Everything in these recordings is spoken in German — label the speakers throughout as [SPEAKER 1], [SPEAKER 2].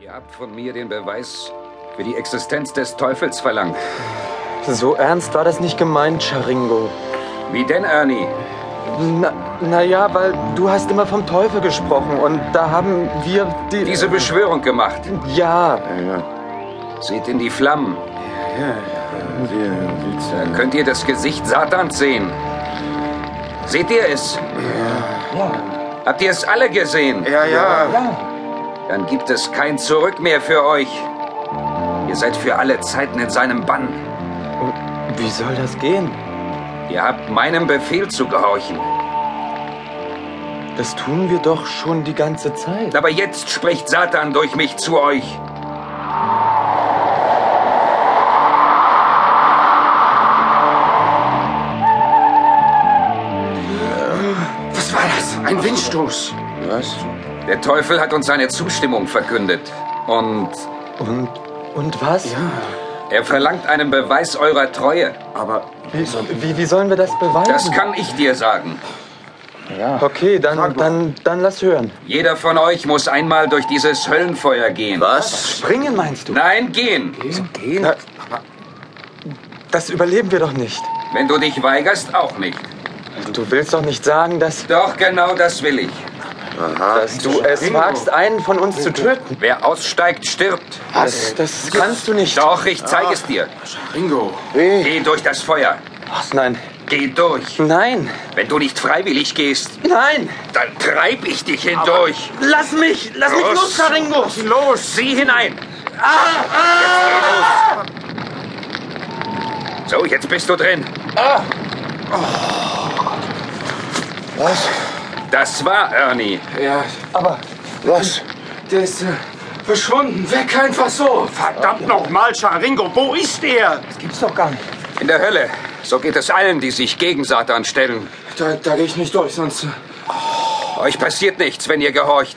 [SPEAKER 1] Ihr habt von mir den Beweis für die Existenz des Teufels verlangt.
[SPEAKER 2] So ernst war das nicht gemeint, Charingo.
[SPEAKER 1] Wie denn, Ernie?
[SPEAKER 2] Na, naja, weil du hast immer vom Teufel gesprochen und da haben wir die...
[SPEAKER 1] Diese Beschwörung gemacht.
[SPEAKER 2] Ja,
[SPEAKER 1] Seht in die Flammen. Da könnt ihr das Gesicht Satans sehen. Seht ihr es? Habt ihr es alle gesehen?
[SPEAKER 3] Ja, ja.
[SPEAKER 1] Dann gibt es kein Zurück mehr für euch. Ihr seid für alle Zeiten in seinem Bann.
[SPEAKER 2] wie soll das gehen?
[SPEAKER 1] Ihr habt meinem Befehl zu gehorchen.
[SPEAKER 2] Das tun wir doch schon die ganze Zeit.
[SPEAKER 1] Aber jetzt spricht Satan durch mich zu euch.
[SPEAKER 3] Was war das? Ein Windstoß. Was?
[SPEAKER 1] Der Teufel hat uns seine Zustimmung verkündet. Und
[SPEAKER 2] Und, und was?
[SPEAKER 1] er verlangt einen Beweis eurer Treue.
[SPEAKER 3] Aber
[SPEAKER 2] Wie, wie, wie sollen wir das beweisen?
[SPEAKER 1] Das kann ich dir sagen.
[SPEAKER 2] okay,
[SPEAKER 3] Sag
[SPEAKER 2] dann,
[SPEAKER 3] doch.
[SPEAKER 2] dann, dann lass hören.
[SPEAKER 1] Jeder von euch muss einmal durch dieses Höllenfeuer gehen.
[SPEAKER 3] was?
[SPEAKER 2] Springen meinst du?
[SPEAKER 1] Nein, gehen.
[SPEAKER 3] Gehen?
[SPEAKER 2] Das überleben wir doch nicht.
[SPEAKER 1] Wenn du dich weigerst, auch nicht.
[SPEAKER 2] Du willst doch nicht sagen, dass,
[SPEAKER 1] Doch genau das will ich.
[SPEAKER 2] dass du es wagst, einen von uns zu töten.
[SPEAKER 1] Wer aussteigt, stirbt.
[SPEAKER 2] Das, das kannst du nicht.
[SPEAKER 1] Doch, ich
[SPEAKER 4] Ah.
[SPEAKER 1] zeige es dir.
[SPEAKER 3] Ringo.
[SPEAKER 1] Geh durch das Feuer.
[SPEAKER 2] Ach, nein,
[SPEAKER 1] Geh durch.
[SPEAKER 2] nein,
[SPEAKER 1] Wenn du nicht freiwillig gehst,
[SPEAKER 2] nein.
[SPEAKER 1] dann treib ich dich hindurch.
[SPEAKER 2] Lass mich, lass mich
[SPEAKER 1] Los.
[SPEAKER 2] los, Charingo.
[SPEAKER 1] Los, sieh hinein.
[SPEAKER 4] Ah,
[SPEAKER 1] Jetzt geh los. So, jetzt bist du drin.
[SPEAKER 4] Ah.
[SPEAKER 1] Oh.
[SPEAKER 3] Was?
[SPEAKER 1] Das war Ernie.
[SPEAKER 3] Ja.
[SPEAKER 2] Aber
[SPEAKER 3] Was? Der ist äh, verschwunden. Weg einfach so.
[SPEAKER 4] Verdammt nochmal, Scharingo, wo ist er?
[SPEAKER 2] das gibt's doch gar nicht.
[SPEAKER 1] In der Hölle. So geht es allen, die sich gegen Satan stellen.
[SPEAKER 3] Da, da gehe ich nicht durch, sonst... äh,
[SPEAKER 1] Euch passiert nichts, wenn ihr gehorcht.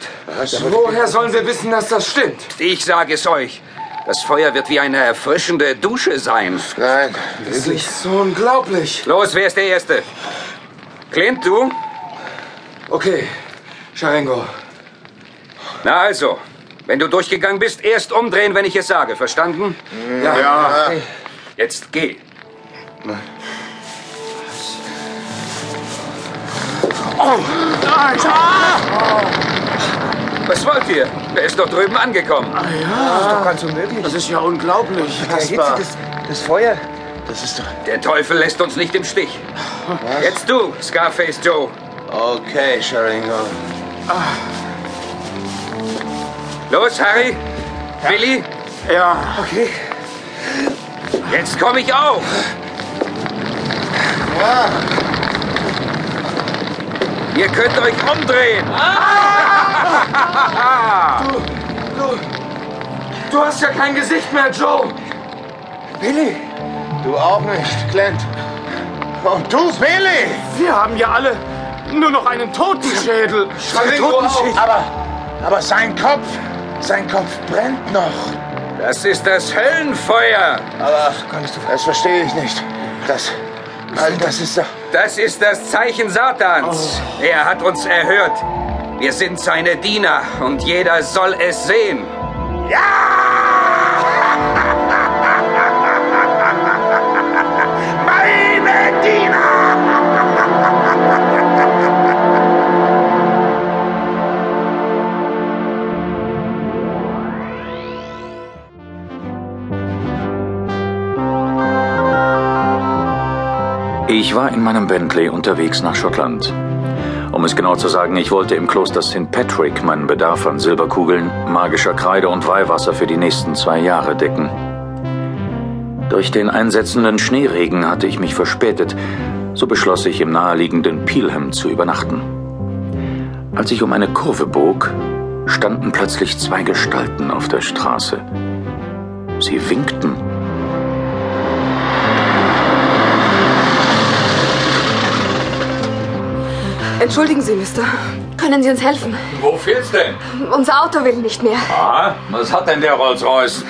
[SPEAKER 3] Woher sollen wir wissen, dass das stimmt?
[SPEAKER 1] Ich sage es euch. Das Feuer wird wie eine erfrischende Dusche sein.
[SPEAKER 3] Nein. Das ist so unglaublich.
[SPEAKER 1] Los, wer ist der Erste? Clint, du?
[SPEAKER 3] Okay, Scharengo.
[SPEAKER 1] Na also, wenn du durchgegangen bist, erst umdrehen, wenn ich es sage. Verstanden?
[SPEAKER 3] Ja. ja.
[SPEAKER 1] Jetzt geh. Was wollt ihr? Der ist doch drüben angekommen.
[SPEAKER 2] Doch ganz unmöglich.
[SPEAKER 3] Das ist ja unglaublich.
[SPEAKER 2] Der Hitze, das, das Feuer.
[SPEAKER 3] das ist doch...
[SPEAKER 1] Der Teufel lässt uns nicht im Stich. Jetzt du, Scarface Joe.
[SPEAKER 3] Okay, Scharengo.
[SPEAKER 1] Los, Harry. Billy,
[SPEAKER 4] Ja,
[SPEAKER 3] Okay.
[SPEAKER 1] jetzt komme ich auch. Ihr könnt euch umdrehen.
[SPEAKER 3] Ah!
[SPEAKER 1] Ah!
[SPEAKER 3] Du, du hast ja kein Gesicht mehr, Joe. Billy. Du auch nicht, Clint. Und du, Billy.
[SPEAKER 4] wir haben ja alle nur noch einen Totenschädel.
[SPEAKER 3] Scharengo auch.
[SPEAKER 5] Aber, aber sein Kopf, sein Kopf brennt noch.
[SPEAKER 1] Das ist das Höllenfeuer.
[SPEAKER 5] Aber das verstehe ich nicht. Das, all das ist doch...
[SPEAKER 1] Das ist das Zeichen Satans.
[SPEAKER 3] Oh.
[SPEAKER 1] Er hat uns erhört. Wir sind seine Diener und jeder soll es sehen.
[SPEAKER 6] Ich war in meinem Bentley unterwegs nach Schottland. Um es genau zu sagen, ich wollte im Kloster St. Patrick meinen Bedarf an Silberkugeln, magischer Kreide und Weihwasser für die nächsten zwei Jahre decken. Durch den einsetzenden Schneeregen hatte ich mich verspätet, so beschloss ich im naheliegenden Peelham zu übernachten. Als ich um eine Kurve bog, standen plötzlich zwei Gestalten auf der Straße. Sie winkten
[SPEAKER 7] Entschuldigen Sie, Mister. Können Sie uns helfen?
[SPEAKER 1] Wo fehlt's denn?
[SPEAKER 7] Unser Auto will nicht mehr.
[SPEAKER 6] Ah, was hat denn der Rolls-Royce?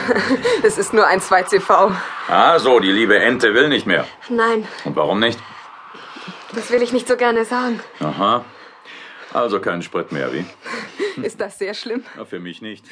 [SPEAKER 7] Es ist nur ein 2CV.
[SPEAKER 6] Ah, so, die liebe Ente will nicht mehr.
[SPEAKER 7] Nein,
[SPEAKER 6] Und warum nicht?
[SPEAKER 7] das will ich nicht so gerne sagen.
[SPEAKER 6] Aha. Also keinen Sprit mehr, wie?
[SPEAKER 7] Ist das sehr schlimm?
[SPEAKER 6] Na, für mich nicht.